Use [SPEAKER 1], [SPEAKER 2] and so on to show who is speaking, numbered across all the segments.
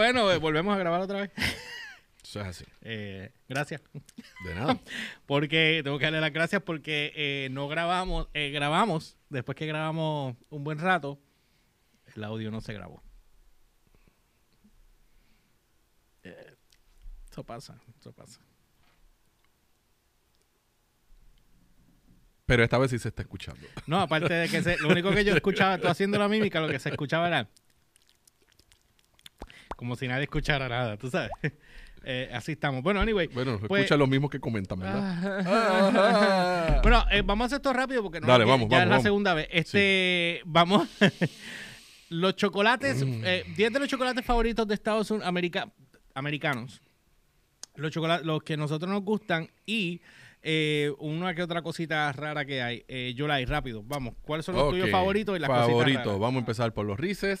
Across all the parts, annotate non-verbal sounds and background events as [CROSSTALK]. [SPEAKER 1] eh, volvemos a grabar otra vez.
[SPEAKER 2] Eso es así.
[SPEAKER 1] Eh, gracias.
[SPEAKER 2] De nada.
[SPEAKER 1] Porque tengo que darle las gracias porque eh, no grabamos, eh, grabamos, después que grabamos un buen rato, el audio no se grabó. Eh, Eso pasa, eso pasa.
[SPEAKER 2] Pero esta vez sí se está escuchando.
[SPEAKER 1] No, aparte de que se- lo único que yo escuchaba, tú haciendo la mímica, lo que se escuchaba era como si nadie escuchara nada, tú sabes. [LAUGHS] Eh, así estamos. Bueno, anyway.
[SPEAKER 2] Bueno, se
[SPEAKER 1] Pues-
[SPEAKER 2] escucha lo mismo que comentan, ¿verdad? Ah.
[SPEAKER 1] Bueno, eh, vamos a hacer esto rápido porque no
[SPEAKER 2] Dale,
[SPEAKER 1] ya-
[SPEAKER 2] vamos,
[SPEAKER 1] ya es
[SPEAKER 2] vamos,
[SPEAKER 1] la
[SPEAKER 2] vamos.
[SPEAKER 1] segunda vez. Este, vamos. [LAUGHS] los chocolates,
[SPEAKER 2] Mm.
[SPEAKER 1] eh, 10 de los chocolates favoritos de Estados Unidos, América- americanos. Los chocolates, los que nosotros nos gustan y eh, una que otra cosita rara que hay. Eh, Yolai, rápido, vamos. ¿Cuáles son los tuyos
[SPEAKER 2] Ok.
[SPEAKER 1] favoritos y las cositas
[SPEAKER 2] Favoritos.
[SPEAKER 1] raras?
[SPEAKER 2] Vamos a empezar por los rices.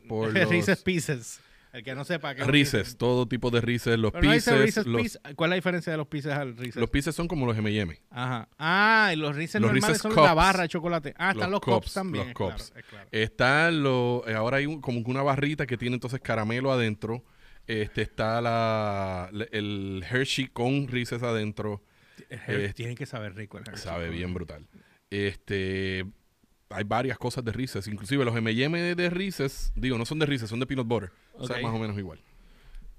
[SPEAKER 1] [LAUGHS]
[SPEAKER 2] por los
[SPEAKER 1] Reese's Pieces. El que no sepa qué es un
[SPEAKER 2] rices. Todo tipo de rices. Los
[SPEAKER 1] Pero no dice
[SPEAKER 2] pises.
[SPEAKER 1] Reese's
[SPEAKER 2] Los,
[SPEAKER 1] Piece. ¿Cuál es la diferencia de los Pieces al Reese's?
[SPEAKER 2] los pises son como los M&M.
[SPEAKER 1] Ajá. Ah, y los Reese's
[SPEAKER 2] Los
[SPEAKER 1] normales
[SPEAKER 2] Reese's
[SPEAKER 1] son
[SPEAKER 2] Cups.
[SPEAKER 1] la barra de chocolate. Ah, están los,
[SPEAKER 2] Los
[SPEAKER 1] Cups
[SPEAKER 2] Cups,
[SPEAKER 1] también.
[SPEAKER 2] los
[SPEAKER 1] es claro,
[SPEAKER 2] Cups.
[SPEAKER 1] es claro.
[SPEAKER 2] Están los... eh, Ahora hay un- como que una barrita que tiene entonces caramelo adentro. Este está la, la- el Hershey con rices adentro.
[SPEAKER 1] Eh,
[SPEAKER 2] eh,
[SPEAKER 1] tienen que saber rico. el Hershey.
[SPEAKER 2] Sabe bien brutal. Este, hay varias cosas de Reese's. Inclusive los M&M de Reese's, digo, no son de Reese's, son de peanut butter. O sea,
[SPEAKER 1] Ok.
[SPEAKER 2] más o menos igual.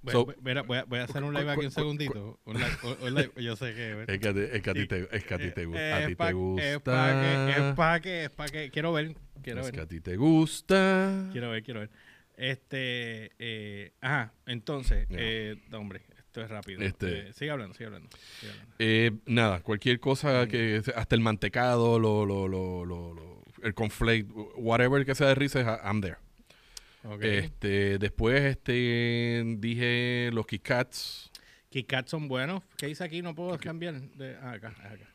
[SPEAKER 1] Voy,
[SPEAKER 2] So-
[SPEAKER 1] voy- mira, voy a, voy a hacer un
[SPEAKER 2] cu-
[SPEAKER 1] live aquí un
[SPEAKER 2] cu- cu-
[SPEAKER 1] segundito. Un live- un- un live- yo sé que...
[SPEAKER 2] Es que, a ti- es que a ti te, es Eh, que a ti te,
[SPEAKER 1] Eh,
[SPEAKER 2] gu- a ti te gusta.
[SPEAKER 1] Es para que, es para que, es para que. Quiero ver, eh, quiero
[SPEAKER 2] Es que
[SPEAKER 1] ver,
[SPEAKER 2] a ti te gusta.
[SPEAKER 1] quiero ver, quiero ver. Este, eh, ajá, entonces,
[SPEAKER 2] Ya.
[SPEAKER 1] eh, no, hombre, esto es rápido.
[SPEAKER 2] Este-
[SPEAKER 1] Eh, sigue hablando, sigue hablando, sigue hablando.
[SPEAKER 2] Eh, nada, cualquier cosa que hasta el mantecado, lo, lo, lo, lo- lo- el conflate, whatever que sea de Reese's, I- I'm there.
[SPEAKER 1] Ok.
[SPEAKER 2] Este, después este dije los Kit Kats.
[SPEAKER 1] Kit Kats son buenos. ¿Qué dice aquí? No puedo cambiar. De, ah, acá, ah, acá.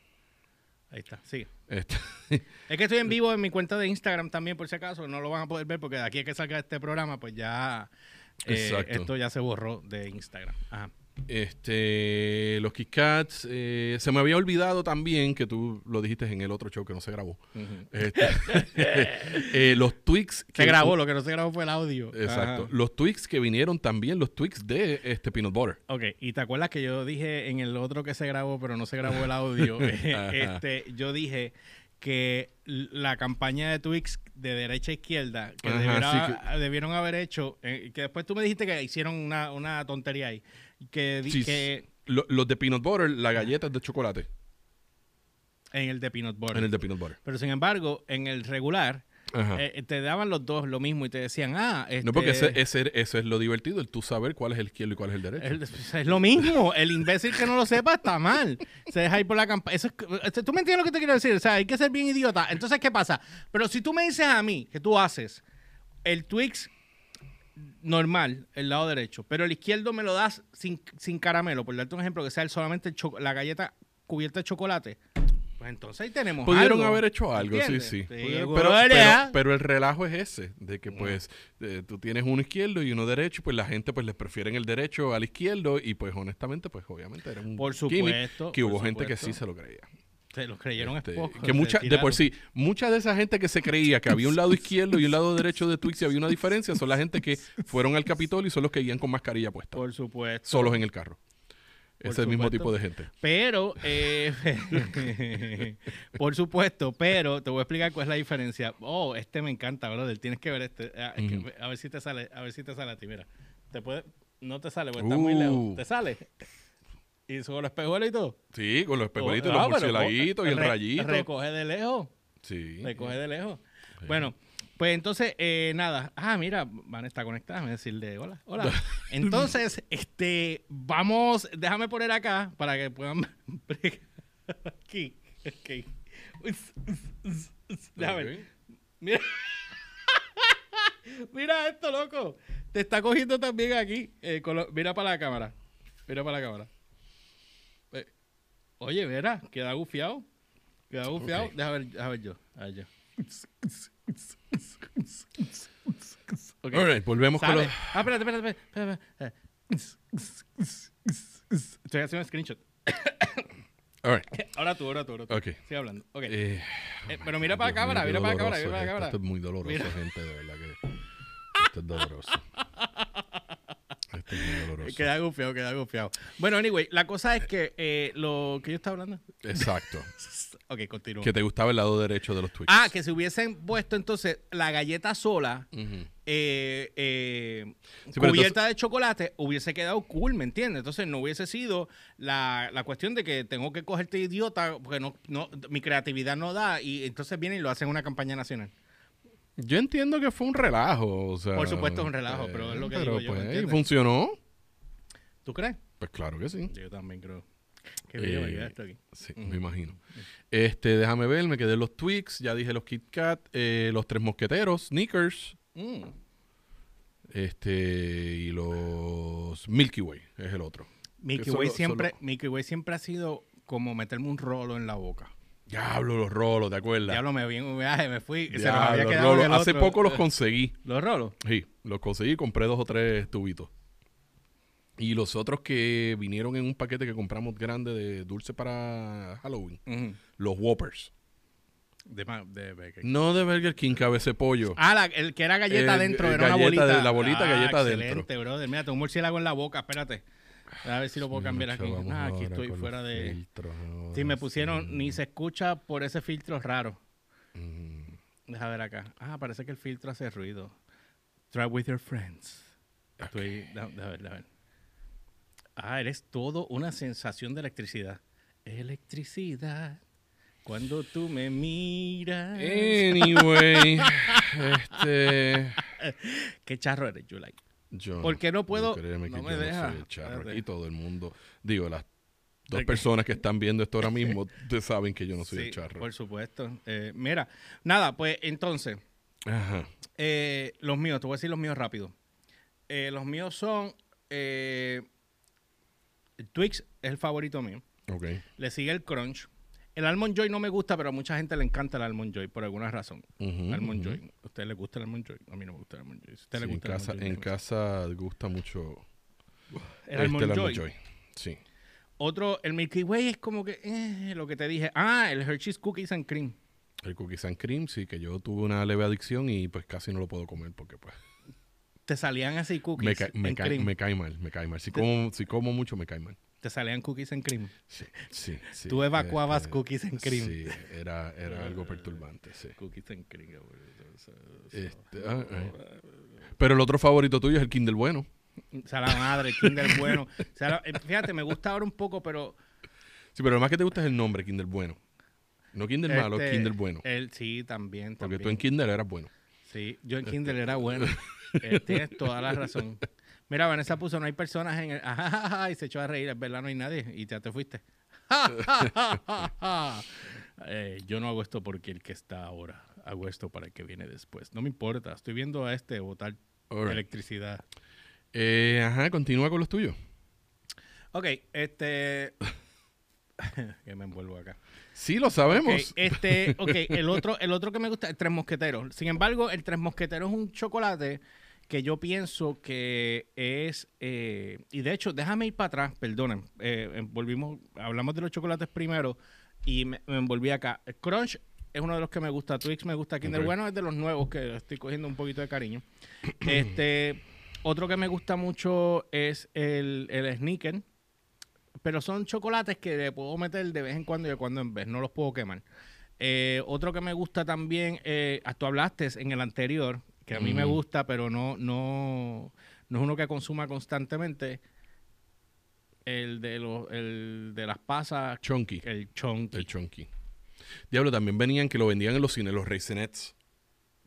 [SPEAKER 1] Ahí está, sigue.
[SPEAKER 2] Este,
[SPEAKER 1] Es que estoy en vivo en mi cuenta de Instagram también, por si acaso. No lo van a poder ver porque de aquí a que salga este programa, pues ya. eh,
[SPEAKER 2] Exacto.
[SPEAKER 1] esto ya se borró de Instagram. Ajá.
[SPEAKER 2] Este, los Kit Kats. eh, se me había olvidado también que tú lo dijiste en el otro show que no se grabó. Este, [LAUGHS] eh, los Twix.
[SPEAKER 1] Se grabó, lo que no se grabó fue el audio.
[SPEAKER 2] Exacto.
[SPEAKER 1] Ajá.
[SPEAKER 2] Los Twix que vinieron también, los Twix de este Peanut Butter.
[SPEAKER 1] Ok, y te acuerdas que yo dije en el otro que se grabó, pero no se grabó el audio.
[SPEAKER 2] [LAUGHS] Ajá.
[SPEAKER 1] este, yo dije que l- la campaña de Twix de derecha a izquierda, que,
[SPEAKER 2] Ajá,
[SPEAKER 1] debiera-
[SPEAKER 2] sí
[SPEAKER 1] debieron haber hecho, eh, que después tú me dijiste que hicieron una, una tontería ahí. Que, di-
[SPEAKER 2] Sí,
[SPEAKER 1] que
[SPEAKER 2] Lo- los de Peanut Butter, la galleta es de chocolate.
[SPEAKER 1] en el de Peanut Butter.
[SPEAKER 2] En el de Peanut Butter.
[SPEAKER 1] Pero sin embargo, en el regular,
[SPEAKER 2] Ajá.
[SPEAKER 1] eh, te daban los dos lo mismo y te decían, ah, este,
[SPEAKER 2] Ah. no, porque ese, ese, ese es lo divertido, el tú saber cuál es el izquierdo y cuál es el derecho.
[SPEAKER 1] el- [LAUGHS] es lo mismo. El imbécil que no lo sepa está mal. Se deja ir por la campaña. Eso es- este, ¿Tú me entiendes lo que te quiero decir? O sea, hay que ser bien idiota. Entonces, ¿qué pasa? Pero si tú me dices a mí que tú haces el Twix normal, el lado derecho, pero el izquierdo me lo das sin, sin caramelo, por darte un ejemplo, que sea el- solamente el cho- la galleta cubierta de chocolate, pues entonces ahí tenemos
[SPEAKER 2] Pudieron
[SPEAKER 1] algo.
[SPEAKER 2] haber hecho algo,
[SPEAKER 1] ¿Entiendes? ¿eh?
[SPEAKER 2] sí, sí.
[SPEAKER 1] Pero,
[SPEAKER 2] Pudieron- Pero, pero- pero el relajo es ese, de
[SPEAKER 1] Mm.
[SPEAKER 2] que pues eh, tú tienes uno izquierdo y uno derecho, y pues la gente pues les prefieren el derecho al izquierdo y pues honestamente pues obviamente era un
[SPEAKER 1] Por
[SPEAKER 2] gimmick
[SPEAKER 1] supuesto,
[SPEAKER 2] que hubo
[SPEAKER 1] por
[SPEAKER 2] gente que
[SPEAKER 1] supuesto.
[SPEAKER 2] sí se lo creía.
[SPEAKER 1] Se los creyeron
[SPEAKER 2] Este,
[SPEAKER 1] es poco,
[SPEAKER 2] que
[SPEAKER 1] se
[SPEAKER 2] mucha, de
[SPEAKER 1] tiraron.
[SPEAKER 2] por sí, mucha de esa gente que se creía que había un lado izquierdo y un lado derecho de Twix y había una diferencia son la gente que fueron al Capitolio y son los que guían con mascarilla puesta,
[SPEAKER 1] Por supuesto.
[SPEAKER 2] solos en el carro.
[SPEAKER 1] Por
[SPEAKER 2] Ese mismo
[SPEAKER 1] supuesto.
[SPEAKER 2] tipo de gente.
[SPEAKER 1] Pero, eh, [LAUGHS] por supuesto, pero te voy a explicar cuál es la diferencia. Oh, este me encanta, brother. Tienes que ver este. Ah, es que-
[SPEAKER 2] Ujú.
[SPEAKER 1] A ver si te sale, a ver si te sale a ti. Mira, te puede, no te sale, porque está muy lejos.
[SPEAKER 2] Uh.
[SPEAKER 1] ¿Te sale? Y sobre los espejuelos y todo.
[SPEAKER 2] Sí, con los espejuelitos,
[SPEAKER 1] Ah,
[SPEAKER 2] los
[SPEAKER 1] pero,
[SPEAKER 2] murcielaguitos y el
[SPEAKER 1] re-
[SPEAKER 2] rayito.
[SPEAKER 1] Recoge de lejos.
[SPEAKER 2] Sí.
[SPEAKER 1] Le coge de lejos. Bueno, pues entonces, eh, nada. Ah, mira, Van está conectada. Me decirle hola. Hola.
[SPEAKER 2] [LAUGHS]
[SPEAKER 1] Entonces, este, vamos, déjame poner acá para que puedan [LAUGHS] ver. Aquí. Ok. Ups, ups, ups, ups. Déjame ver.
[SPEAKER 2] Ok.
[SPEAKER 1] Mira. Mira esto, loco. Te está cogiendo también aquí. eh, con lo- Mira para la cámara. Mira para la cámara. Eh, Oye, verá, queda gufiado. Queda gufiado.
[SPEAKER 2] Ok.
[SPEAKER 1] Deja ver, deja ver yo. A ver yo. Ok.
[SPEAKER 2] All right, volvemos con
[SPEAKER 1] Sale.
[SPEAKER 2] los...
[SPEAKER 1] Ah, espérate, espérate, espérate, espérate, espérate. Eh. Estoy haciendo un screenshot.
[SPEAKER 2] All right.
[SPEAKER 1] [LAUGHS] Ahora tú, ahora tú, ahora tú.
[SPEAKER 2] Ok.
[SPEAKER 1] Sigue hablando. Ok.
[SPEAKER 2] Eh,
[SPEAKER 1] Eh, pero mira para la
[SPEAKER 2] Dios mío,
[SPEAKER 1] cámara,
[SPEAKER 2] qué
[SPEAKER 1] mira para la cámara, mira
[SPEAKER 2] doloroso
[SPEAKER 1] para la
[SPEAKER 2] es esto.
[SPEAKER 1] cámara.
[SPEAKER 2] Esto es muy doloroso,
[SPEAKER 1] Mira.
[SPEAKER 2] gente, de verdad que... Esto es doloroso. esto es muy doloroso.
[SPEAKER 1] Eh, Queda gufiado, queda gufiado. Bueno, anyway, la cosa es que eh, lo que yo estaba hablando. [LAUGHS]
[SPEAKER 2] Exacto.
[SPEAKER 1] Ok, continúo.
[SPEAKER 2] que te gustaba el lado derecho de los Twix.
[SPEAKER 1] Ah, que se hubiesen puesto entonces la galleta sola,
[SPEAKER 2] Ujú.
[SPEAKER 1] eh, eh,
[SPEAKER 2] Sí, pero
[SPEAKER 1] cubierta de chocolate, hubiese quedado cool, ¿me entiendes? Entonces no hubiese sido la, la cuestión de que tengo que cogerte idiota porque no, no, mi creatividad no da y entonces vienen y lo hacen una campaña nacional.
[SPEAKER 2] Yo entiendo que fue un relajo. o sea,
[SPEAKER 1] Por supuesto es un relajo, eh, pero es lo que digo yo,
[SPEAKER 2] pues,
[SPEAKER 1] ¿me entiendes?
[SPEAKER 2] ¿Funcionó?
[SPEAKER 1] ¿Tú crees?
[SPEAKER 2] Pues claro que sí.
[SPEAKER 1] Yo también creo. Qué
[SPEAKER 2] bien,
[SPEAKER 1] bien,
[SPEAKER 2] me
[SPEAKER 1] me
[SPEAKER 2] queda esto
[SPEAKER 1] aquí.
[SPEAKER 2] Sí, me imagino. Este, déjame ver, me quedé en los Twix, ya dije los Kit Kat, eh, los Tres Mosqueteros, Snickers,
[SPEAKER 1] Mm.
[SPEAKER 2] este, y los Milky Way, es el otro.
[SPEAKER 1] Milky
[SPEAKER 2] Que solo-
[SPEAKER 1] Way siempre,
[SPEAKER 2] solo-
[SPEAKER 1] Milky Way siempre ha sido como meterme un rolo en la boca.
[SPEAKER 2] Diablo, los rolos, ¿te acuerdas?
[SPEAKER 1] Diablo, me vi en un viaje, me fui. se nos
[SPEAKER 2] Diablo,
[SPEAKER 1] había quedado
[SPEAKER 2] rolos.
[SPEAKER 1] en el
[SPEAKER 2] Hace
[SPEAKER 1] otro.
[SPEAKER 2] poco los conseguí.
[SPEAKER 1] ¿Los rolos?
[SPEAKER 2] Sí, los conseguí, compré dos o tres tubitos. Y los otros que vinieron en un paquete que compramos grande de dulce para Halloween, los Whoppers.
[SPEAKER 1] De, ma- de Burger King.
[SPEAKER 2] No de Burger King, cabece pollo.
[SPEAKER 1] Ah, la- el que era galleta
[SPEAKER 2] El-
[SPEAKER 1] adentro,
[SPEAKER 2] el
[SPEAKER 1] era una
[SPEAKER 2] galleta
[SPEAKER 1] bolita.
[SPEAKER 2] de- la bolita,
[SPEAKER 1] Ah,
[SPEAKER 2] galleta adentro.
[SPEAKER 1] excelente, brother. Mira, tengo un murciélago en la boca, espérate. A ver si lo puedo cambiar
[SPEAKER 2] Nacho,
[SPEAKER 1] aquí.
[SPEAKER 2] vamos
[SPEAKER 1] Ah, aquí
[SPEAKER 2] ahora
[SPEAKER 1] estoy
[SPEAKER 2] con
[SPEAKER 1] fuera
[SPEAKER 2] los
[SPEAKER 1] de...
[SPEAKER 2] filtros, ahora
[SPEAKER 1] Sí, me
[SPEAKER 2] sí.
[SPEAKER 1] pusieron, ni se escucha por ese filtro raro.
[SPEAKER 2] Mm.
[SPEAKER 1] Deja ver acá. Ah, parece que el filtro hace ruido. Try with your friends. Estoy, da- da ver, da ver. Ah, eres todo una sensación de electricidad. Electricidad. Cuando tú me miras.
[SPEAKER 2] Eh.
[SPEAKER 1] [LAUGHS]
[SPEAKER 2] Anyway, este.
[SPEAKER 1] Qué charro eres, July.
[SPEAKER 2] Yo,
[SPEAKER 1] ¿Por qué no puedo?
[SPEAKER 2] yo créeme que
[SPEAKER 1] No
[SPEAKER 2] yo
[SPEAKER 1] me deja.
[SPEAKER 2] soy el charro.
[SPEAKER 1] Espérate.
[SPEAKER 2] Y todo el mundo, digo, las dos
[SPEAKER 1] Ok.
[SPEAKER 2] personas que están viendo esto ahora
[SPEAKER 1] [LAUGHS]
[SPEAKER 2] mismo, te saben que yo no soy
[SPEAKER 1] Sí,
[SPEAKER 2] el charro.
[SPEAKER 1] Por supuesto. Eh, mira, nada, pues entonces,
[SPEAKER 2] Ajá.
[SPEAKER 1] eh, los míos, te voy a decir los míos rápido. Eh, los míos son. eh, Twix es el favorito mío.
[SPEAKER 2] Ok.
[SPEAKER 1] Le sigue el Crunch. El Almond Joy no me gusta, pero a mucha gente le encanta el Almond Joy por alguna razón.
[SPEAKER 2] Ujú,
[SPEAKER 1] Almond
[SPEAKER 2] ujú.
[SPEAKER 1] Joy. ¿A usted le gusta el Almond Joy? A mí no me gusta el Almond Joy. Si a usted
[SPEAKER 2] Mm-hmm. Sí,
[SPEAKER 1] le
[SPEAKER 2] en
[SPEAKER 1] gusta el
[SPEAKER 2] casa,
[SPEAKER 1] Almond Joy,
[SPEAKER 2] en
[SPEAKER 1] déjeme
[SPEAKER 2] casa gusta mucho
[SPEAKER 1] saber.
[SPEAKER 2] este,
[SPEAKER 1] el Almond Joy.
[SPEAKER 2] Sí.
[SPEAKER 1] Otro, el Milky Way es como que eh, lo que te dije. Ah, el Hershey's Cookies and Cream.
[SPEAKER 2] El cookies and cream, sí, que yo tuve una leve adicción y pues casi no lo puedo comer porque pues
[SPEAKER 1] Te salían así cookies
[SPEAKER 2] me, ca- me,
[SPEAKER 1] and
[SPEAKER 2] cae-
[SPEAKER 1] cream.
[SPEAKER 2] me cae mal, me cae mal. Si como, si como mucho me cae mal.
[SPEAKER 1] Te salían cookies and cream.
[SPEAKER 2] Sí, sí, sí.
[SPEAKER 1] Tú evacuabas
[SPEAKER 2] Este,
[SPEAKER 1] cookies and cream. Ah.
[SPEAKER 2] Sí, era, era algo perturbante, sí.
[SPEAKER 1] Cookies and cream.
[SPEAKER 2] Este, ah, ah. Pero el otro favorito tuyo es el Kindle bueno.
[SPEAKER 1] O sea, la madre, el Kinder bueno. O sea, la- eh, fíjate, me gusta ahora un poco, pero...
[SPEAKER 2] Sí, pero lo más que te gusta es el nombre, Kindle bueno. No Kindle malo,
[SPEAKER 1] este,
[SPEAKER 2] Kindle bueno.
[SPEAKER 1] el- sí, también,
[SPEAKER 2] porque tú Este.
[SPEAKER 1] también.
[SPEAKER 2] en Kindle eras bueno.
[SPEAKER 1] Sí, yo en Kindle era bueno. Eh, Tienes toda la razón. Mira, Vanessa puso, no hay personas en el... Ah, Ajá, ajá, ajá", y se echó a reír, es verdad, no hay nadie. Y ya te fuiste. [LAUGHS] Eh, yo no hago esto porque el que está ahora, hago esto para el que viene después. No me importa, estoy viendo a este botar
[SPEAKER 2] All right.
[SPEAKER 1] electricidad.
[SPEAKER 2] Eh, ajá, continúa con los tuyos.
[SPEAKER 1] Ok, este... [LAUGHS] que me envuelvo acá.
[SPEAKER 2] Sí, lo
[SPEAKER 1] Ok,
[SPEAKER 2] sabemos.
[SPEAKER 1] este, ok, el otro, el otro que me gusta, el Tres Mosqueteros. Sin embargo, el Tres Mosqueteros es un chocolate que yo pienso que es, eh, y de hecho, déjame ir para atrás, perdonen, eh, eh, volvimos, hablamos de los chocolates primero y me, me envolví acá. El Crunch es uno de los que me gusta, Twix me gusta, Kinder
[SPEAKER 2] Ok.
[SPEAKER 1] Bueno es de los nuevos que estoy cogiendo un poquito de cariño. Este, otro que me gusta mucho es el, el Snicker. Pero son chocolates que le puedo meter de vez en cuando y de cuando en vez. No los puedo quemar. Eh, otro que me gusta también, eh, ah, tú hablaste en el anterior, que a mí me
[SPEAKER 2] Ujú.
[SPEAKER 1] gusta, pero no, no, no es uno que consuma constantemente. El de, los, el de las pasas,
[SPEAKER 2] Chunky.
[SPEAKER 1] el chonky.
[SPEAKER 2] El chunky. Diablo, también venían que lo vendían en los cines, los raisinets.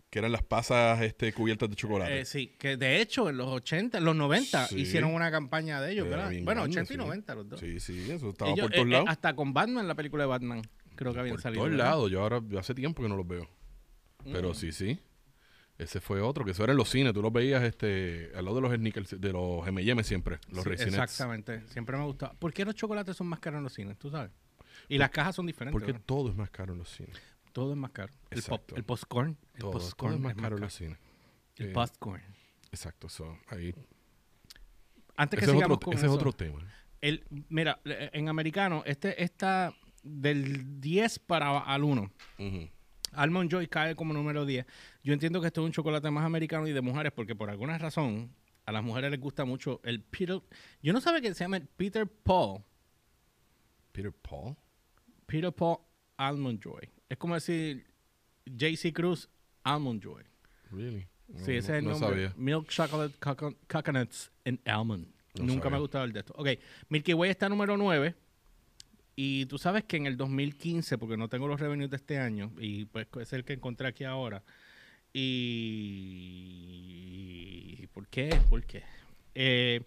[SPEAKER 2] Que eran las pasas este, cubiertas de chocolate.
[SPEAKER 1] Eh, sí, que de hecho en los 80, en los 90
[SPEAKER 2] Sí.
[SPEAKER 1] hicieron una campaña de ellos,
[SPEAKER 2] Era
[SPEAKER 1] ¿verdad?
[SPEAKER 2] bien
[SPEAKER 1] Bueno,
[SPEAKER 2] grande,
[SPEAKER 1] 80 y
[SPEAKER 2] sí.
[SPEAKER 1] 90 los dos.
[SPEAKER 2] sí, sí, eso estaba
[SPEAKER 1] Ellos,
[SPEAKER 2] por todos
[SPEAKER 1] eh, eh,
[SPEAKER 2] lados.
[SPEAKER 1] hasta con Batman, la película de Batman, creo que habían
[SPEAKER 2] por
[SPEAKER 1] salido.
[SPEAKER 2] todos
[SPEAKER 1] ¿verdad? Mm.
[SPEAKER 2] lados. Yo ahora hace tiempo que no los veo. Pero sí, sí. Ese fue otro, que eso era en los cines. Tú los veías este, al lado de los sneakers, de los M&M siempre, los
[SPEAKER 1] Sí,
[SPEAKER 2] raisinets.
[SPEAKER 1] Exactamente, siempre me gustaba. ¿Por qué los chocolates son más caros en los cines? Tú sabes. Y las cajas son diferentes.
[SPEAKER 2] Porque
[SPEAKER 1] ¿verdad?
[SPEAKER 2] todo es más caro en los cines.
[SPEAKER 1] Todo es más caro. El, pop-
[SPEAKER 2] Exacto.
[SPEAKER 1] el popcorn. El
[SPEAKER 2] Todo, todo
[SPEAKER 1] popcorn
[SPEAKER 2] es más caro en los cines.
[SPEAKER 1] El
[SPEAKER 2] Eh,
[SPEAKER 1] popcorn.
[SPEAKER 2] Exacto, eso. Ahí.
[SPEAKER 1] Antes
[SPEAKER 2] Ese,
[SPEAKER 1] que
[SPEAKER 2] es
[SPEAKER 1] sigamos
[SPEAKER 2] otro,
[SPEAKER 1] con
[SPEAKER 2] ese es
[SPEAKER 1] eso,
[SPEAKER 2] otro tema.
[SPEAKER 1] el- mira, le- en americano, este está del 10 para al 1.
[SPEAKER 2] Ujú.
[SPEAKER 1] Almond Joy cae como número 10. Yo entiendo que esto es un chocolate más americano y de mujeres porque por alguna razón a las mujeres les gusta mucho el Peter. Yo no sabía que se llama el Peter Paul.
[SPEAKER 2] Peter Paul.
[SPEAKER 1] Peter Paul Almond Joy. Es como decir JC Cruz Almond Joy.
[SPEAKER 2] Really. No,
[SPEAKER 1] Sí, ese es el
[SPEAKER 2] no, no
[SPEAKER 1] nombre.
[SPEAKER 2] sabía.
[SPEAKER 1] Milk Chocolate coco- Coconuts and Almond.
[SPEAKER 2] No
[SPEAKER 1] Nunca me
[SPEAKER 2] sabía.
[SPEAKER 1] ha gustado el de esto. Ok, Milky Way está número 9. Y tú sabes que en el 2015, porque no tengo los revenues de este año, y pues es el que encontré aquí ahora. Y... ¿Por qué? ¿Por qué? Eh,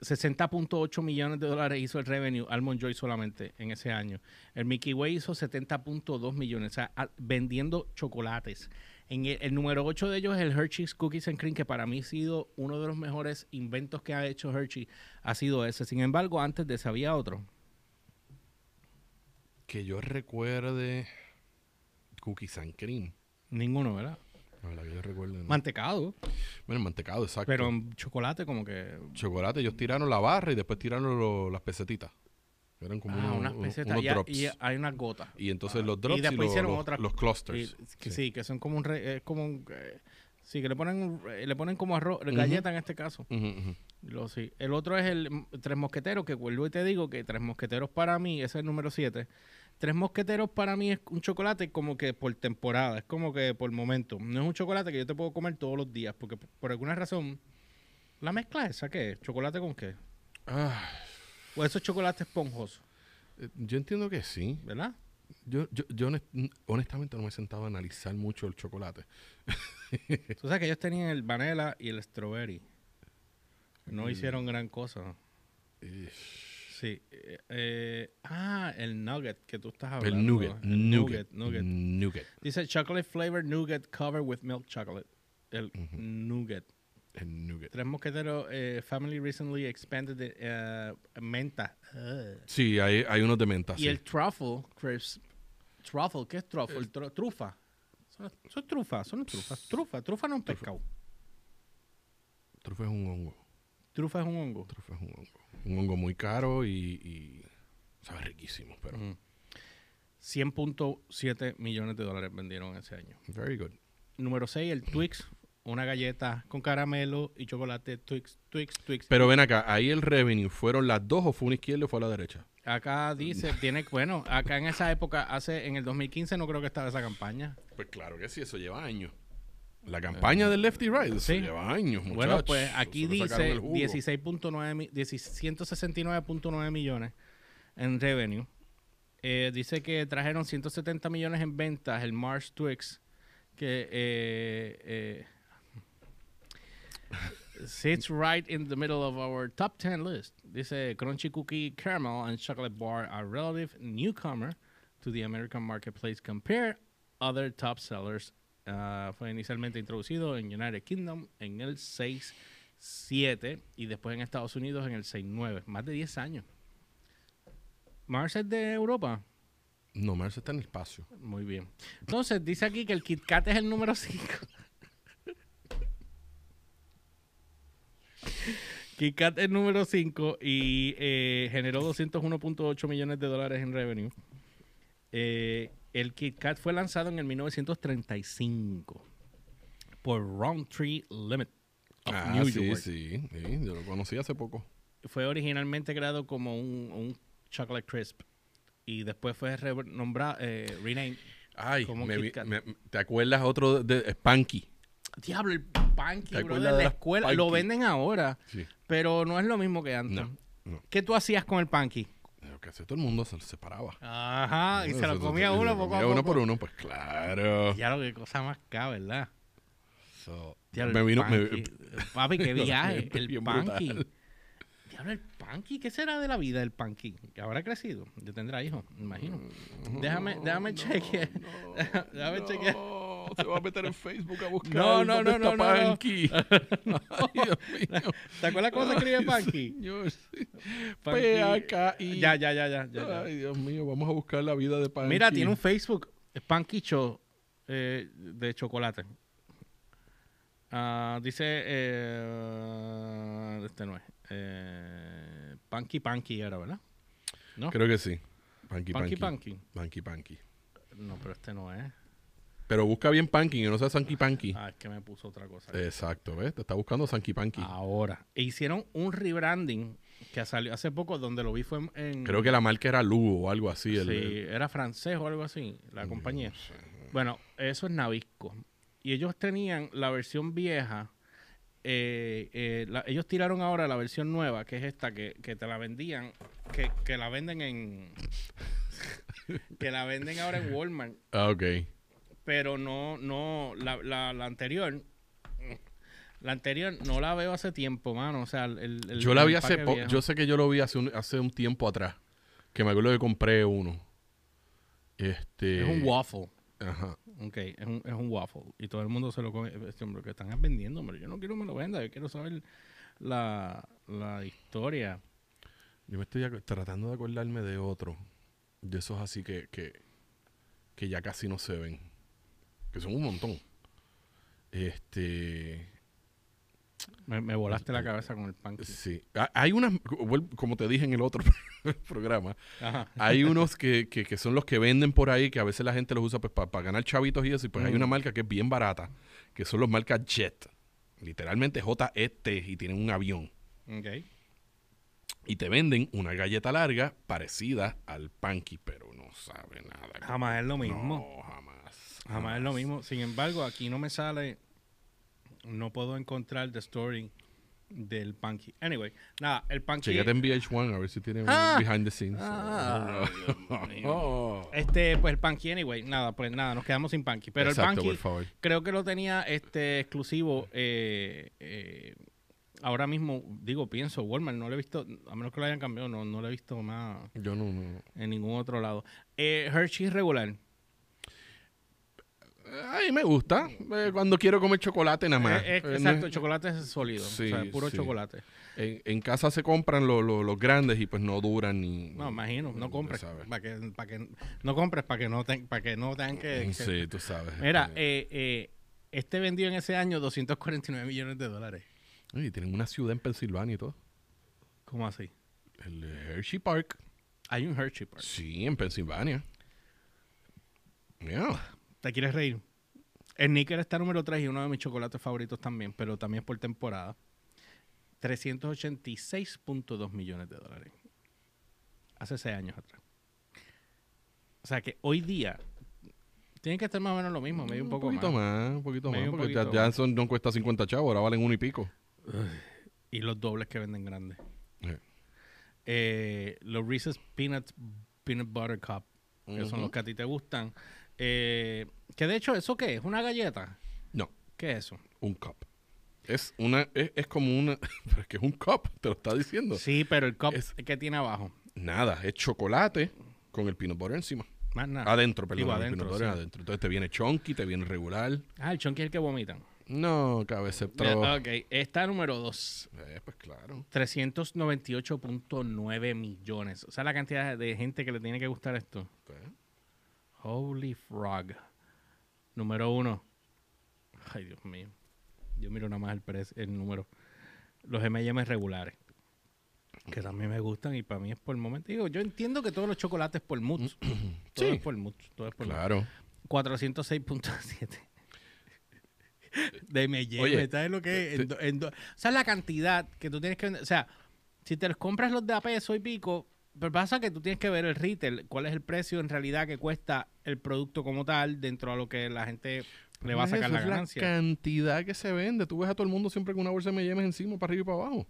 [SPEAKER 1] 60.8 millones de dólares hizo el revenue Almond Joy solamente en ese año. El Mickey Way hizo 70.2 millones, o sea, a- vendiendo chocolates. En el, el número 8 de ellos es el Hershey's Cookies and Cream, que para mí ha sido uno de los mejores inventos que ha hecho Hershey, ha sido ese. Sin embargo, antes de ese había otro.
[SPEAKER 2] Que yo recuerde cookies and cream.
[SPEAKER 1] Ninguno, ¿verdad?
[SPEAKER 2] La verdad que yo recuerdo. ¿no?
[SPEAKER 1] Mantecado,
[SPEAKER 2] bueno, el mantecado, exacto.
[SPEAKER 1] pero en chocolate como que...
[SPEAKER 2] Chocolate, ellos tiraron la barra y después tiraron lo- las pesetitas. Eran como
[SPEAKER 1] ah,
[SPEAKER 2] unos,
[SPEAKER 1] unas
[SPEAKER 2] unos-
[SPEAKER 1] pesetas
[SPEAKER 2] unos
[SPEAKER 1] y,
[SPEAKER 2] drops.
[SPEAKER 1] y hay unas gotas.
[SPEAKER 2] Y entonces
[SPEAKER 1] Ah,
[SPEAKER 2] los drops
[SPEAKER 1] y
[SPEAKER 2] y,
[SPEAKER 1] después
[SPEAKER 2] los-
[SPEAKER 1] hicieron
[SPEAKER 2] los,
[SPEAKER 1] otras-
[SPEAKER 2] los clusters.
[SPEAKER 1] Y- que sí. que son como un... re- es como un eh, sí, que le ponen, un- eh, le ponen como arroz, galleta en este caso.
[SPEAKER 2] Ujú, ujú.
[SPEAKER 1] Lo, sí. El otro es el mm, Tres Mosqueteros, que vuelvo y te digo que Tres Mosqueteros para mí, ese es el número 7. Tres Mosqueteros para mí es un chocolate como que por temporada, es como que por momento. No es un chocolate que yo te puedo comer todos los días, porque p- por alguna razón, la mezcla esa, ¿qué es? ¿Chocolate con qué?
[SPEAKER 2] Ah,
[SPEAKER 1] O esos chocolates esponjosos,
[SPEAKER 2] eh, yo entiendo que sí.
[SPEAKER 1] ¿verdad?
[SPEAKER 2] Yo, yo, yo honest- honestamente no me he sentado a analizar mucho el chocolate.
[SPEAKER 1] Tú sabes que ellos tenían el vanilla y el strawberry. No hicieron gran cosa.
[SPEAKER 2] Ish.
[SPEAKER 1] Sí. eh, eh, ah, el nugget que tú estás hablando.
[SPEAKER 2] El nugget,
[SPEAKER 1] El
[SPEAKER 2] nugget,
[SPEAKER 1] nugget.
[SPEAKER 2] nugget,
[SPEAKER 1] Dice chocolate flavored nougat covered with milk chocolate. El nougat.
[SPEAKER 2] el nugget.
[SPEAKER 1] Tres mosqueteros eh, family recently expanded the, eh, menta.
[SPEAKER 2] Sí, hay, hay unos de menta.
[SPEAKER 1] Y
[SPEAKER 2] Ah, sí.
[SPEAKER 1] el truffle crisp. Truffle, ¿qué es truffle? Tru- trufa. Son, son trufas, son trufas. Trufa, trufa no es un pescado.
[SPEAKER 2] Trufa es un hongo.
[SPEAKER 1] Trufa es un hongo.
[SPEAKER 2] Trufa es un hongo. Un hongo muy caro y, y sabe riquísimo, pero.
[SPEAKER 1] 100.7 millones de dólares vendieron ese año.
[SPEAKER 2] Very good.
[SPEAKER 1] Número 6, el Twix. Una galleta con caramelo y chocolate. Twix, Twix, Twix.
[SPEAKER 2] Pero ven acá, ahí el revenue, ¿fueron las dos o fue una izquierda o fue la derecha?
[SPEAKER 1] Acá dice, tiene, bueno, acá en esa época, hace, en el 2015 no creo que estaba esa campaña.
[SPEAKER 2] Pues claro que sí, eso lleva años. Eh, La campaña del Left y Right, eso
[SPEAKER 1] sí.
[SPEAKER 2] lleva años, muchachos.
[SPEAKER 1] Bueno, pues aquí
[SPEAKER 2] Eso le sacaron
[SPEAKER 1] dice
[SPEAKER 2] el jugo.
[SPEAKER 1] 16.9, mi- 16 169.9 millones en revenue. Eh, dice que trajeron 170 millones en ventas el Mars Twix, que eh, eh, sits right in the middle of our top 10 list. Dice Crunchy Cookie Caramel and Chocolate Bar are relative newcomer to the American marketplace compared other top sellers. Ah, fue inicialmente introducido en United Kingdom en el 6-7 y después en Estados Unidos en el 6-9. Más de 10 años. Mars es de Europa.
[SPEAKER 2] No, Marce está en el espacio.
[SPEAKER 1] Muy bien. Entonces, dice aquí que el Kit Kat es el número 5. Kit Kat es número 5 y eh, generó 201.8 millones de dólares en revenue. Eh, el Kit Kat fue lanzado en el 1935 por Roundtree Limit of
[SPEAKER 2] Ah,
[SPEAKER 1] New
[SPEAKER 2] sí,
[SPEAKER 1] York.
[SPEAKER 2] sí, sí, yo lo conocí hace poco.
[SPEAKER 1] Fue originalmente creado como un, un chocolate crisp y después fue renombrado, eh, renamed
[SPEAKER 2] Ay,
[SPEAKER 1] Como
[SPEAKER 2] me
[SPEAKER 1] Kit
[SPEAKER 2] vi-
[SPEAKER 1] Kat.
[SPEAKER 2] me- ¿te acuerdas otro de Spanky?
[SPEAKER 1] Diablo, el
[SPEAKER 2] ¿Te
[SPEAKER 1] panqui, bro, de
[SPEAKER 2] acuerdas
[SPEAKER 1] la
[SPEAKER 2] de las
[SPEAKER 1] escuela. Lo
[SPEAKER 2] panqui?
[SPEAKER 1] venden ahora,
[SPEAKER 2] Sí.
[SPEAKER 1] pero no es lo mismo que antes.
[SPEAKER 2] No, no.
[SPEAKER 1] ¿Qué tú hacías con el panqui?
[SPEAKER 2] Lo que hacía todo el mundo se lo separaba.
[SPEAKER 1] Ajá, y se lo
[SPEAKER 2] Eso,
[SPEAKER 1] comía
[SPEAKER 2] eso,
[SPEAKER 1] uno
[SPEAKER 2] se lo
[SPEAKER 1] poco a
[SPEAKER 2] comía
[SPEAKER 1] poco.
[SPEAKER 2] uno por uno, pues claro.
[SPEAKER 1] Ya lo que cosa más acá, ¿verdad?
[SPEAKER 2] So,
[SPEAKER 1] Diablo,
[SPEAKER 2] me
[SPEAKER 1] el
[SPEAKER 2] vino, me-
[SPEAKER 1] [LAUGHS] panqui. Papi, qué viaje.
[SPEAKER 2] Bien
[SPEAKER 1] el
[SPEAKER 2] brutal.
[SPEAKER 1] panqui. Diablo, el panqui. ¿Qué será de la vida del panqui? Que habrá crecido. Ya tendrá hijos, me imagino. Déjame, déjame chequear. [LAUGHS] déjame chequear.
[SPEAKER 2] No, Oh, se va a meter en Facebook a buscar.
[SPEAKER 1] No, no,
[SPEAKER 2] dónde
[SPEAKER 1] no, no,
[SPEAKER 2] está
[SPEAKER 1] no, no.
[SPEAKER 2] Panky. [LAUGHS] Ay, Dios mío.
[SPEAKER 1] ¿Te acuerdas cómo se escribe panqui?
[SPEAKER 2] Señor, sí.
[SPEAKER 1] Panqui.
[SPEAKER 2] P-A-K-I.
[SPEAKER 1] Ya, ya, ya, ya. ya, ya.
[SPEAKER 2] Ay, Dios mío, vamos a buscar la vida de Panky.
[SPEAKER 1] Mira, tiene un Facebook, Panky Show, eh, de chocolate. Ah, dice, eh, este no es, eh, Panky Panky era, ¿verdad? ¿no?
[SPEAKER 2] Creo que sí. Panky
[SPEAKER 1] Panky
[SPEAKER 2] Panky.
[SPEAKER 1] Panky.
[SPEAKER 2] Panky Panky.
[SPEAKER 1] No, pero este no es.
[SPEAKER 2] Pero busca bien Panky, que no sea Sanky Panky.
[SPEAKER 1] Ah, es que me puso otra cosa.
[SPEAKER 2] Eh,
[SPEAKER 1] aquí.
[SPEAKER 2] Exacto, ¿ves? Te está buscando Sanky Panky.
[SPEAKER 1] Ahora, e hicieron un rebranding que salió hace poco, donde lo vi fue en... en-
[SPEAKER 2] Creo que la marca era Lugo o algo así.
[SPEAKER 1] sí,
[SPEAKER 2] el- el-
[SPEAKER 1] era francés o algo así, la compañía. Bueno, eso es Nabisco. Y ellos tenían la versión vieja. eh, eh, la- ellos tiraron ahora la versión nueva, que es esta, que, que te la vendían, que, que la venden en... [LAUGHS] que la venden ahora en Walmart.
[SPEAKER 2] Ah, ok.
[SPEAKER 1] pero no, no, la, la, la anterior, la anterior no la veo hace tiempo, mano. O sea, el, el-
[SPEAKER 2] Yo la
[SPEAKER 1] el
[SPEAKER 2] vi hace
[SPEAKER 1] empaque
[SPEAKER 2] poco.
[SPEAKER 1] viejo.
[SPEAKER 2] Yo sé que yo lo vi hace un, hace un tiempo atrás. Que me acuerdo que compré uno. Este.
[SPEAKER 1] Es un waffle.
[SPEAKER 2] Ajá.
[SPEAKER 1] Ok, es un, es un waffle. Y todo el mundo se lo come. Este hombre que están vendiendo, pero yo no quiero que me lo venda. Yo quiero saber la, la historia.
[SPEAKER 2] Yo me estoy acu- tratando de acordarme de otro. De esos así que, que, que ya casi no se ven. Que son un montón. Este.
[SPEAKER 1] Me, me volaste la cabeza con el pan.
[SPEAKER 2] Sí. Ha- Hay unas. vuel- Como te dije en el otro [LAUGHS] programa.
[SPEAKER 1] Ajá.
[SPEAKER 2] Hay unos que, que- que son los que venden por ahí, que a veces la gente los usa para ganar chavitos y eso. Y pues hay
[SPEAKER 1] Ujú.
[SPEAKER 2] una marca que es bien barata, que son los marcas Jet. Literalmente J-E-T y tienen un avión.
[SPEAKER 1] Ok.
[SPEAKER 2] Y te venden una galleta larga parecida al panqui, pero no sabe nada.
[SPEAKER 1] Jamás es Ah, lo mismo.
[SPEAKER 2] No, jamás.
[SPEAKER 1] Jamás es lo mismo. Sin embargo, aquí no me sale. No puedo encontrar the story del Punky. Anyway, nada, el Punky.
[SPEAKER 2] Chécate en VH1 a ver si tienen un
[SPEAKER 1] Ah.
[SPEAKER 2] behind the scenes.
[SPEAKER 1] Ah.
[SPEAKER 2] Oh. [LAUGHS] Oh.
[SPEAKER 1] Este, pues el Punky, anyway, nada, pues nada, nos quedamos sin Punky. Pero
[SPEAKER 2] Exacto,
[SPEAKER 1] el
[SPEAKER 2] por
[SPEAKER 1] Punky
[SPEAKER 2] favor.
[SPEAKER 1] creo que lo tenía este exclusivo. eh, eh, ahora mismo, digo, pienso, Walmart, no lo he visto, a menos que lo hayan cambiado, no, no lo he visto más
[SPEAKER 2] Yo no, no.
[SPEAKER 1] en ningún otro lado. Eh, Hershey's regular.
[SPEAKER 2] Ay, me gusta. Eh, cuando quiero comer chocolate nada más.
[SPEAKER 1] Eh, eh,
[SPEAKER 2] Eh, no es-
[SPEAKER 1] exacto, chocolate es sólido,
[SPEAKER 2] Sí,
[SPEAKER 1] o sea, puro
[SPEAKER 2] sí.
[SPEAKER 1] chocolate.
[SPEAKER 2] En, en casa se compran lo- lo- los grandes y pues no duran ni.
[SPEAKER 1] No, imagino, no compres.
[SPEAKER 2] sabes.
[SPEAKER 1] Para que, pa' que- no compres para que no, ten- pa' que no tengan que... que-
[SPEAKER 2] Sí, tú sabes.
[SPEAKER 1] Mira,
[SPEAKER 2] este.
[SPEAKER 1] eh, eh, este vendió en ese año 249 millones de dólares. eh.
[SPEAKER 2] Oye, tienen una ciudad en Pensilvania y todo.
[SPEAKER 1] ¿Cómo así?
[SPEAKER 2] El eh, Hershey Park.
[SPEAKER 1] Hay un Hershey Park.
[SPEAKER 2] Sí, en Pensilvania. Yeah.
[SPEAKER 1] ¿Te quieres reír? El Snickers está número 3 y uno de mis chocolates favoritos también, pero también es por temporada. 386.2 millones de dólares. Hace 6 años atrás. O sea que hoy día tienen que estar más o menos lo mismo, medio un poco
[SPEAKER 2] poquito
[SPEAKER 1] más.
[SPEAKER 2] más. Un poquito
[SPEAKER 1] Medio
[SPEAKER 2] más.
[SPEAKER 1] un
[SPEAKER 2] Porque
[SPEAKER 1] poquito
[SPEAKER 2] ya, ya
[SPEAKER 1] más.
[SPEAKER 2] son- no cuesta 50 chavos, ahora valen uno y pico.
[SPEAKER 1] Y los dobles que venden grandes.
[SPEAKER 2] Eh.
[SPEAKER 1] Eh, los Reese's Peanut, Peanut Butter Cup, que son
[SPEAKER 2] Ujú.
[SPEAKER 1] los que a ti te gustan. Eh, que de hecho, ¿eso qué es? ¿Una galleta?
[SPEAKER 2] No,
[SPEAKER 1] ¿Qué es eso?
[SPEAKER 2] un cup. Es una, es, es como una, [LAUGHS] pero es que es un cup, te lo está diciendo.
[SPEAKER 1] Sí, pero el cup
[SPEAKER 2] Pues Es-
[SPEAKER 1] que tiene abajo.
[SPEAKER 2] Nada, es chocolate con el peanut butter encima.
[SPEAKER 1] Más nada.
[SPEAKER 2] Adentro, perdón.
[SPEAKER 1] Ah. Digo,
[SPEAKER 2] el
[SPEAKER 1] adentro,
[SPEAKER 2] peanut butter
[SPEAKER 1] sí.
[SPEAKER 2] adentro. Entonces te viene chunky, te viene regular.
[SPEAKER 1] Ah, el chonky es el que vomitan.
[SPEAKER 2] No, cabeza
[SPEAKER 1] Mira, ok, está número 2.
[SPEAKER 2] Eh, pues claro.
[SPEAKER 1] 398.9 millones. O sea, la cantidad de gente que le tiene que gustar esto.
[SPEAKER 2] pues.
[SPEAKER 1] Holy frog. Número 1. Ay, Dios mío. Yo miro nada más el, prez- el número. Los M&M regulares. Que también me gustan y para mí es por el momento. Digo, yo entiendo que todos los chocolates por mucho.
[SPEAKER 2] [CLEARS THROAT]
[SPEAKER 1] Todo
[SPEAKER 2] Sí.
[SPEAKER 1] es por mucho. Todo es por mucho.
[SPEAKER 2] Claro.
[SPEAKER 1] 406.7. De me
[SPEAKER 2] Oye,
[SPEAKER 1] ¿sabes lo que es? En do- en do- o sea, la cantidad que tú tienes que vender. O sea, si te los compras los de a peso y pico, pero pasa que tú tienes que ver el retail, cuál es el precio en realidad que cuesta el producto como tal dentro a lo que la gente le va a sacar Pues la
[SPEAKER 2] Eso es La
[SPEAKER 1] ganancia.
[SPEAKER 2] cantidad que se vende. Tú ves a todo el mundo siempre con una bolsa de M&M's encima, para arriba y para abajo.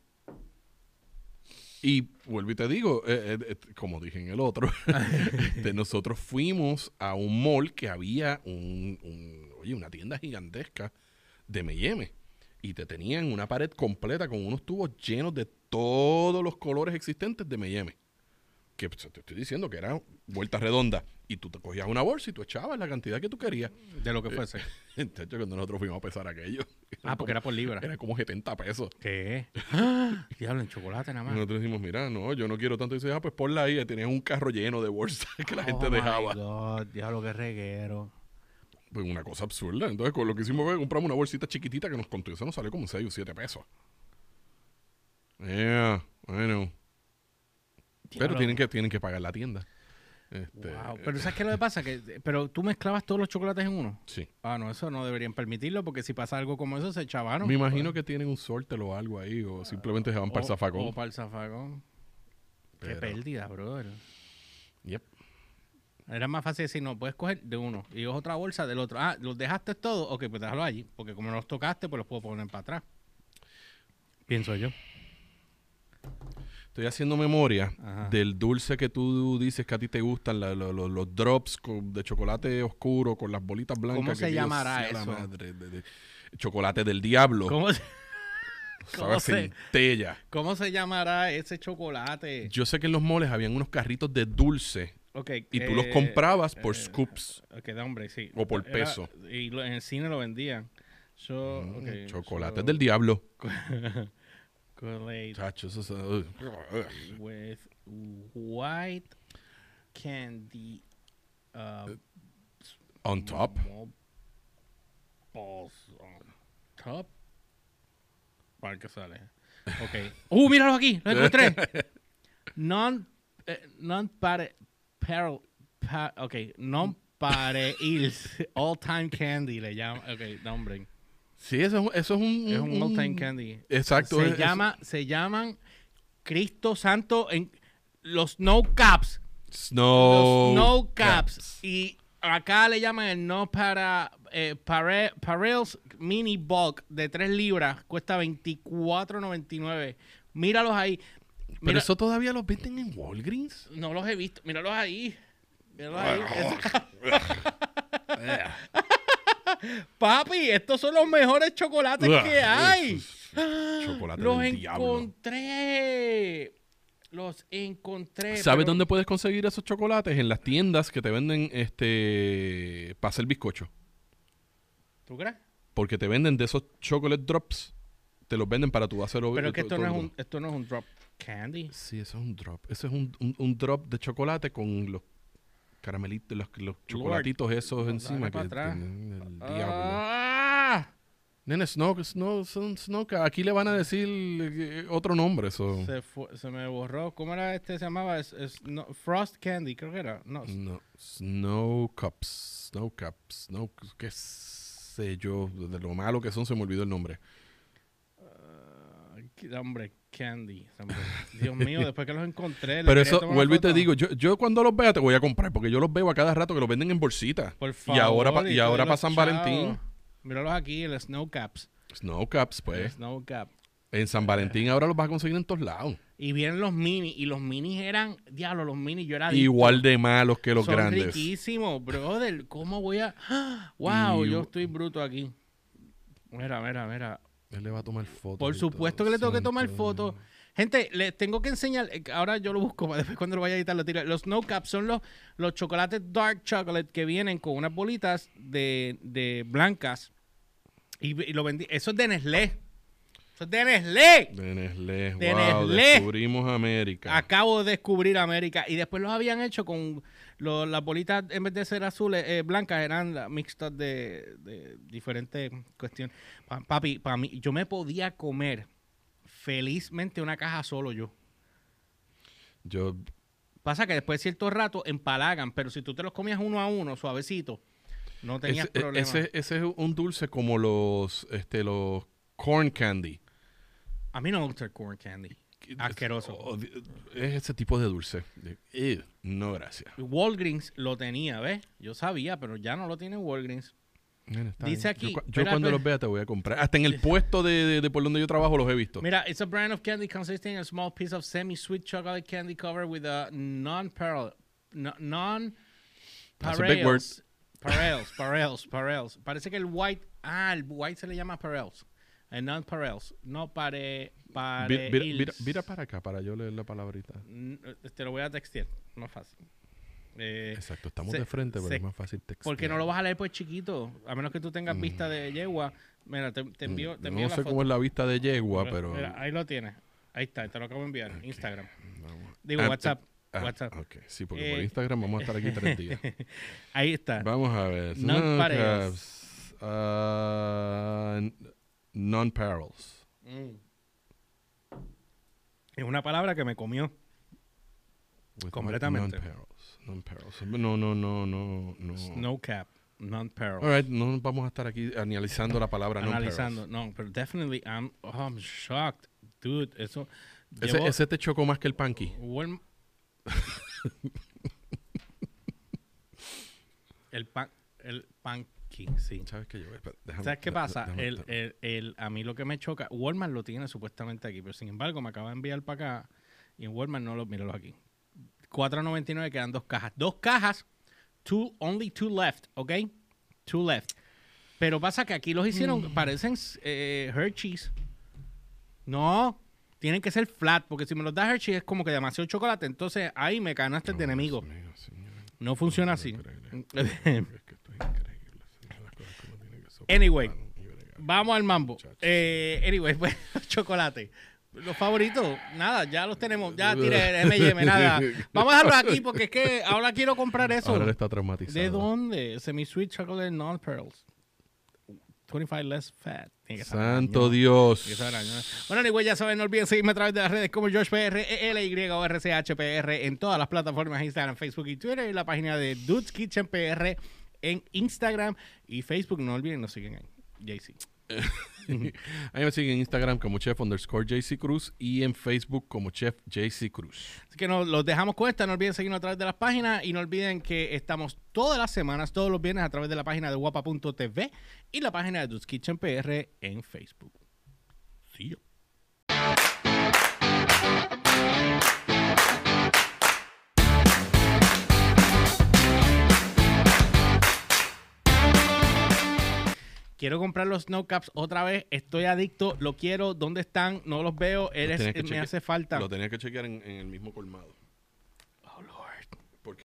[SPEAKER 2] Y vuelvo y te digo, eh, eh, eh, como dije en el otro, [LAUGHS] este, nosotros fuimos a un mall que había un, un- oye, una tienda gigantesca de M&M. Y te tenían una pared completa con unos tubos llenos de todos los colores existentes de M&M. Que pues, te estoy diciendo que era vuelta redonda. Y tú te cogías una bolsa y tú echabas la cantidad que tú querías.
[SPEAKER 1] De
[SPEAKER 2] Eh,
[SPEAKER 1] lo que fuese.
[SPEAKER 2] [LAUGHS] De hecho, cuando nosotros fuimos a pesar aquello,
[SPEAKER 1] Ah, porque era por libra.
[SPEAKER 2] era como 70 pesos. [GASPS]
[SPEAKER 1] ¿Qué? ¡Ah! Diablo, en chocolate nada
[SPEAKER 2] Y
[SPEAKER 1] más.
[SPEAKER 2] nosotros decimos, mira, no, yo no quiero tanto. Y dice, ah, pues ponla ahí. Y Tenías un carro lleno de bolsas [LAUGHS] que la gente
[SPEAKER 1] Oh my
[SPEAKER 2] dejaba.
[SPEAKER 1] God, diablo, qué reguero.
[SPEAKER 2] Pues una cosa absurda. Entonces, con lo que hicimos fue compramos una bolsita chiquitita que nos contó. Eso nos salió como 6 o 7 pesos. Yeah, I know. Pero
[SPEAKER 1] Diablo.
[SPEAKER 2] tienen que, tienen que pagar la tienda. Este,
[SPEAKER 1] Wow, Pero ¿sabes qué es lo que pasa? Que, pero tú mezclabas todos los chocolates en uno.
[SPEAKER 2] Sí.
[SPEAKER 1] Ah, no, eso no deberían permitirlo porque si pasa algo como eso se chavaron.
[SPEAKER 2] Me imagino que tienen un sortelo o algo ahí, o simplemente se van para el
[SPEAKER 1] O,
[SPEAKER 2] zafacón.
[SPEAKER 1] para el zafacón. Qué
[SPEAKER 2] Pero-
[SPEAKER 1] pérdida, brother.
[SPEAKER 2] Yep.
[SPEAKER 1] Era más fácil decir, no, puedes coger de uno y coges otra bolsa del otro. Ah, ¿los dejaste todos? Ok, pues déjalo allí, porque como no los tocaste, pues los puedo poner para atrás. Pienso yo.
[SPEAKER 2] Estoy haciendo memoria
[SPEAKER 1] Ajá.
[SPEAKER 2] del dulce que tú dices que a ti te gustan, la- lo- lo- los drops con- de chocolate oscuro con las bolitas blancas.
[SPEAKER 1] ¿Cómo
[SPEAKER 2] que
[SPEAKER 1] se
[SPEAKER 2] Dios
[SPEAKER 1] llamará
[SPEAKER 2] sea la
[SPEAKER 1] eso?
[SPEAKER 2] madre de- de- chocolate del diablo.
[SPEAKER 1] ¿Cómo se,
[SPEAKER 2] sabe
[SPEAKER 1] cómo
[SPEAKER 2] a
[SPEAKER 1] se-
[SPEAKER 2] centella.
[SPEAKER 1] cómo se llamará ese chocolate?
[SPEAKER 2] Yo sé que en los moles habían unos carritos de dulce
[SPEAKER 1] Ok,
[SPEAKER 2] y tú los
[SPEAKER 1] eh,
[SPEAKER 2] comprabas por
[SPEAKER 1] eh,
[SPEAKER 2] scoops.
[SPEAKER 1] Ok, da hombre, sí.
[SPEAKER 2] O por
[SPEAKER 1] Era-
[SPEAKER 2] peso.
[SPEAKER 1] Y lo- en el cine lo vendían. Yo,
[SPEAKER 2] Mm,
[SPEAKER 1] ok,
[SPEAKER 2] Chocolates
[SPEAKER 1] so-
[SPEAKER 2] del diablo.
[SPEAKER 1] Chocolate
[SPEAKER 2] Chacho, eso uh, es- ugh.
[SPEAKER 1] with white candy uh,
[SPEAKER 2] On top.
[SPEAKER 1] mo- balls on top. A ver qué sale.
[SPEAKER 2] [LAUGHS]
[SPEAKER 1] Ok. ¡Uh, míralo aquí! ¡Lo encontré! Non, eh, non pare... Perl, pa- ok, non pare ils. [LAUGHS] All time candy le llaman. Ok, da hombre.
[SPEAKER 2] Sí, eso es un... Eso es un,
[SPEAKER 1] Es un all time
[SPEAKER 2] un-
[SPEAKER 1] candy.
[SPEAKER 2] Exacto.
[SPEAKER 1] se
[SPEAKER 2] es- es-
[SPEAKER 1] llama, se llaman Cristo Santo en los no caps, los
[SPEAKER 2] Snow.
[SPEAKER 1] no caps. y acá le llaman el no para eh, pare- Parels mini bulk de 3 libras, cuesta 24.99. Míralos ahí.
[SPEAKER 2] Pero
[SPEAKER 1] Mira-
[SPEAKER 2] eso todavía lo venden en Walgreens.
[SPEAKER 1] No los he visto, míralos ahí. Míralos ahí. Eso-
[SPEAKER 2] [LAUGHS]
[SPEAKER 1] [LAUGHS] Papi, estos son los mejores chocolates que hay. Ah,
[SPEAKER 2] Chocolate
[SPEAKER 1] Los
[SPEAKER 2] del diablo.
[SPEAKER 1] encontré. Los encontré.
[SPEAKER 2] ¿Sabes
[SPEAKER 1] pero-
[SPEAKER 2] dónde puedes conseguir esos chocolates? En las tiendas que te venden este para hacer bizcocho.
[SPEAKER 1] ¿Tú crees?
[SPEAKER 2] Porque te venden de esos chocolate drops. Te los venden para tú hacerlo.
[SPEAKER 1] Pero
[SPEAKER 2] eh,
[SPEAKER 1] es que
[SPEAKER 2] to-
[SPEAKER 1] esto
[SPEAKER 2] todo
[SPEAKER 1] no, es
[SPEAKER 2] lo
[SPEAKER 1] un, esto no es un drop candy.
[SPEAKER 2] Sí, eso es un drop. Eso es un, un- un drop de chocolate con los caramelitos, los, los chocolatitos esos
[SPEAKER 1] no,
[SPEAKER 2] encima
[SPEAKER 1] dale
[SPEAKER 2] que
[SPEAKER 1] pa' atrás.
[SPEAKER 2] tienen el diablo.
[SPEAKER 1] ¡Ah!
[SPEAKER 2] Nene, Snow, Snow, son Snow- Aquí le van a decir eh, otro nombre. eso.
[SPEAKER 1] Se, fue- se me borró. ¿Cómo era este? Se llamaba es, es- no, Frost Candy, creo que era. No,
[SPEAKER 2] No, Snow Cups, Snow Cups, Snow, qué sé yo, de lo malo que son se me olvidó el nombre.
[SPEAKER 1] qu- hombre, Candy. hombre. Dios mío, después que los encontré. le quería
[SPEAKER 2] Pero eso,
[SPEAKER 1] tomar una
[SPEAKER 2] vuelvo y te
[SPEAKER 1] foto.
[SPEAKER 2] digo, yo, yo cuando los vea te voy a comprar, porque yo los veo a cada rato que los venden en bolsita.
[SPEAKER 1] Por
[SPEAKER 2] y ahora, pa-
[SPEAKER 1] favor,
[SPEAKER 2] y ahora
[SPEAKER 1] todos
[SPEAKER 2] para
[SPEAKER 1] los
[SPEAKER 2] San
[SPEAKER 1] chavos.
[SPEAKER 2] Valentín.
[SPEAKER 1] Míralos aquí, el Snow Caps.
[SPEAKER 2] Snow Cups,
[SPEAKER 1] El
[SPEAKER 2] pues.
[SPEAKER 1] Snow Cap.
[SPEAKER 2] En San Valentín ahora los vas a conseguir en todos lados.
[SPEAKER 1] Y vienen los mini. Y los minis eran. Diablo, los minis. Yo era adicto.
[SPEAKER 2] Igual de malos que los
[SPEAKER 1] Son
[SPEAKER 2] grandes.
[SPEAKER 1] riquísimos, brother. ¿Cómo voy a...? [GASPS] ¡Ah! ¡Wow!
[SPEAKER 2] Y-
[SPEAKER 1] Yo estoy bruto aquí. Mira, mira, mira.
[SPEAKER 2] Él le va a tomar fotos.
[SPEAKER 1] Por
[SPEAKER 2] y
[SPEAKER 1] supuesto
[SPEAKER 2] todo,
[SPEAKER 1] que le tengo que tomar
[SPEAKER 2] santo
[SPEAKER 1] fotos.
[SPEAKER 2] Dios.
[SPEAKER 1] Gente, les tengo que enseñar... eh, Ahora yo lo busco, [LAUGHS] para después cuando lo vaya a editar lo tiro. Los snow caps son los, los chocolates dark chocolate que vienen con unas bolitas de, de blancas. Y, y lo vendí... Eso es de Nestlé. Eso es de Nestlé.
[SPEAKER 2] De Nestlé,
[SPEAKER 1] De
[SPEAKER 2] wow,
[SPEAKER 1] Nestlé.
[SPEAKER 2] descubrimos América.
[SPEAKER 1] Acabo de descubrir América. Y después los habían hecho con lo- las bolitas, en vez de ser azules, eh, blancas, eran la- mixtas de, de diferentes cuestiones. Pa- papi, para mí, yo me podía comer felizmente una caja solo yo.
[SPEAKER 2] Yo
[SPEAKER 1] Pasa que después de cierto rato empalagan, pero si tú te los comías uno a uno, suavecito, no tenías
[SPEAKER 2] ese, e,
[SPEAKER 1] problema.
[SPEAKER 2] ese- ese es un dulce como los, este, los corn candy.
[SPEAKER 1] A mí no me gusta el corn candy. Asqueroso.
[SPEAKER 2] O- Oh, Es ese tipo de dulce. De- Ew, no, gracias.
[SPEAKER 1] Walgreens lo tenía, ¿ves? Yo sabía, pero ya no lo tiene Walgreens.
[SPEAKER 2] Nena, está
[SPEAKER 1] Dice
[SPEAKER 2] bien.
[SPEAKER 1] aquí,
[SPEAKER 2] Yo, cua- yo
[SPEAKER 1] espera,
[SPEAKER 2] cuando
[SPEAKER 1] espera.
[SPEAKER 2] los vea te voy a comprar. Hasta en el puesto de, de- de por donde yo trabajo los he visto.
[SPEAKER 1] Mira, it's a brand of candy consisting in a small piece of semi-sweet chocolate candy covered with a non-parallel, non
[SPEAKER 2] That's a big word.
[SPEAKER 1] parallels, parallels, parallels, parallels. Parece que el white, ah, el white se le llama parallels, el non parallels, no pare, pare.
[SPEAKER 2] Mira, mira- mira- mira para acá para yo leer la palabrita.
[SPEAKER 1] Te lo voy a textear, más fácil. Eh,
[SPEAKER 2] Exacto, estamos
[SPEAKER 1] se-
[SPEAKER 2] de frente, pero
[SPEAKER 1] se-
[SPEAKER 2] es más fácil textear.
[SPEAKER 1] porque no lo vas a leer pues chiquito, a menos que tú tengas vista de yegua. Mira, te, te envío, te
[SPEAKER 2] Yo
[SPEAKER 1] envío
[SPEAKER 2] Mm. no
[SPEAKER 1] la
[SPEAKER 2] sé
[SPEAKER 1] foto.
[SPEAKER 2] cómo es la vista de yegua,
[SPEAKER 1] Mira,
[SPEAKER 2] pero...
[SPEAKER 1] mira, ahí lo tienes. Ahí está, te lo acabo de enviar. Instagram.
[SPEAKER 2] vamos.
[SPEAKER 1] Digo,
[SPEAKER 2] Ah,
[SPEAKER 1] WhatsApp.
[SPEAKER 2] ah,
[SPEAKER 1] WhatsApp.
[SPEAKER 2] ok. Sí, porque por
[SPEAKER 1] Eh,
[SPEAKER 2] Instagram vamos a estar aquí
[SPEAKER 1] [LAUGHS]
[SPEAKER 2] tres días.
[SPEAKER 1] Ahí está.
[SPEAKER 2] Vamos a ver.
[SPEAKER 1] Non parallels.
[SPEAKER 2] ah, Non-parallels.
[SPEAKER 1] Mm. Es una palabra que me comió.
[SPEAKER 2] with
[SPEAKER 1] Completamente.
[SPEAKER 2] Non-perils. Non-perils. No, no, no, no, no.
[SPEAKER 1] No cap, non-peril.
[SPEAKER 2] Oh. All right, no vamos a estar aquí analizando la palabra non-perils.
[SPEAKER 1] Analizando. No, pero definitely, I'm, oh, I'm shocked. Dude, eso...
[SPEAKER 2] Ese,
[SPEAKER 1] llevó-
[SPEAKER 2] ese te chocó más que el panqui.
[SPEAKER 1] Walmart-
[SPEAKER 2] [LAUGHS]
[SPEAKER 1] el pan... El panqui, sí.
[SPEAKER 2] ¿Sabes qué, yo- espera, déjame-
[SPEAKER 1] ¿Sabes qué
[SPEAKER 2] da-
[SPEAKER 1] pasa?
[SPEAKER 2] déjame-
[SPEAKER 1] El, el- el- a mí lo que me choca, Walmart lo tiene supuestamente aquí, pero sin embargo me acaba de enviar para acá y en Walmart no lo, míralos aquí. 4.99 quedan dos cajas. Dos cajas, two, only two left, ¿ok? Two left. Pero pasa que aquí los hicieron, parecen eh, Hershey's. No, tienen que ser flat, porque si me los da Hershey's es como que demasiado chocolate, entonces ahí me ganaste
[SPEAKER 2] No,
[SPEAKER 1] este de enemigo.
[SPEAKER 2] Dios mío, señor,
[SPEAKER 1] No funciona así.
[SPEAKER 2] increíble. Es que esto es increíble, señor, las cosas como tienen que
[SPEAKER 1] [LAUGHS]
[SPEAKER 2] soportar
[SPEAKER 1] Anyway,
[SPEAKER 2] y bregar.
[SPEAKER 1] Vamos al mambo.
[SPEAKER 2] Muchachos.
[SPEAKER 1] Eh, anyway, [LAUGHS] pues, chocolate. Los favoritos, nada, ya los tenemos.
[SPEAKER 2] [LAUGHS]
[SPEAKER 1] Ya tiré el M&M, nada. Vamos a dejarlo aquí porque es que ahora quiero comprar eso.
[SPEAKER 2] Ahora él está traumatizado.
[SPEAKER 1] ¿De dónde? Semi-sweet chocolate non-pearls. 25 less fat. Tiene que estar
[SPEAKER 2] Santo
[SPEAKER 1] arañón.
[SPEAKER 2] Dios.
[SPEAKER 1] Tiene que estar arañón. Bueno, anyway, ya saben, no olviden seguirme a través de las redes como GeorgePR, ELY E o RCHPR en todas las plataformas Instagram, Facebook y Twitter y la página de Dudes Kitchen PR en Instagram y Facebook. No olviden, nos siguen ahí. JC.
[SPEAKER 2] [LAUGHS] A mí me siguen en Instagram como chef underscore JC Cruz y en Facebook como chef JC Cruz.
[SPEAKER 1] Así que nos los dejamos con esta. No olviden seguirnos a través de las páginas y no olviden que estamos todas las semanas, todos los viernes a través de la página de guapa.tv y la página de Dudes Kitchen PR en Facebook. See ya. Quiero comprar los snow caps otra vez. Estoy adicto. Lo quiero. ¿Dónde están? No los veo. Eres, eh,
[SPEAKER 2] tienes que
[SPEAKER 1] me
[SPEAKER 2] chequear.
[SPEAKER 1] hace falta.
[SPEAKER 2] Lo tenía que chequear en, en el mismo colmado.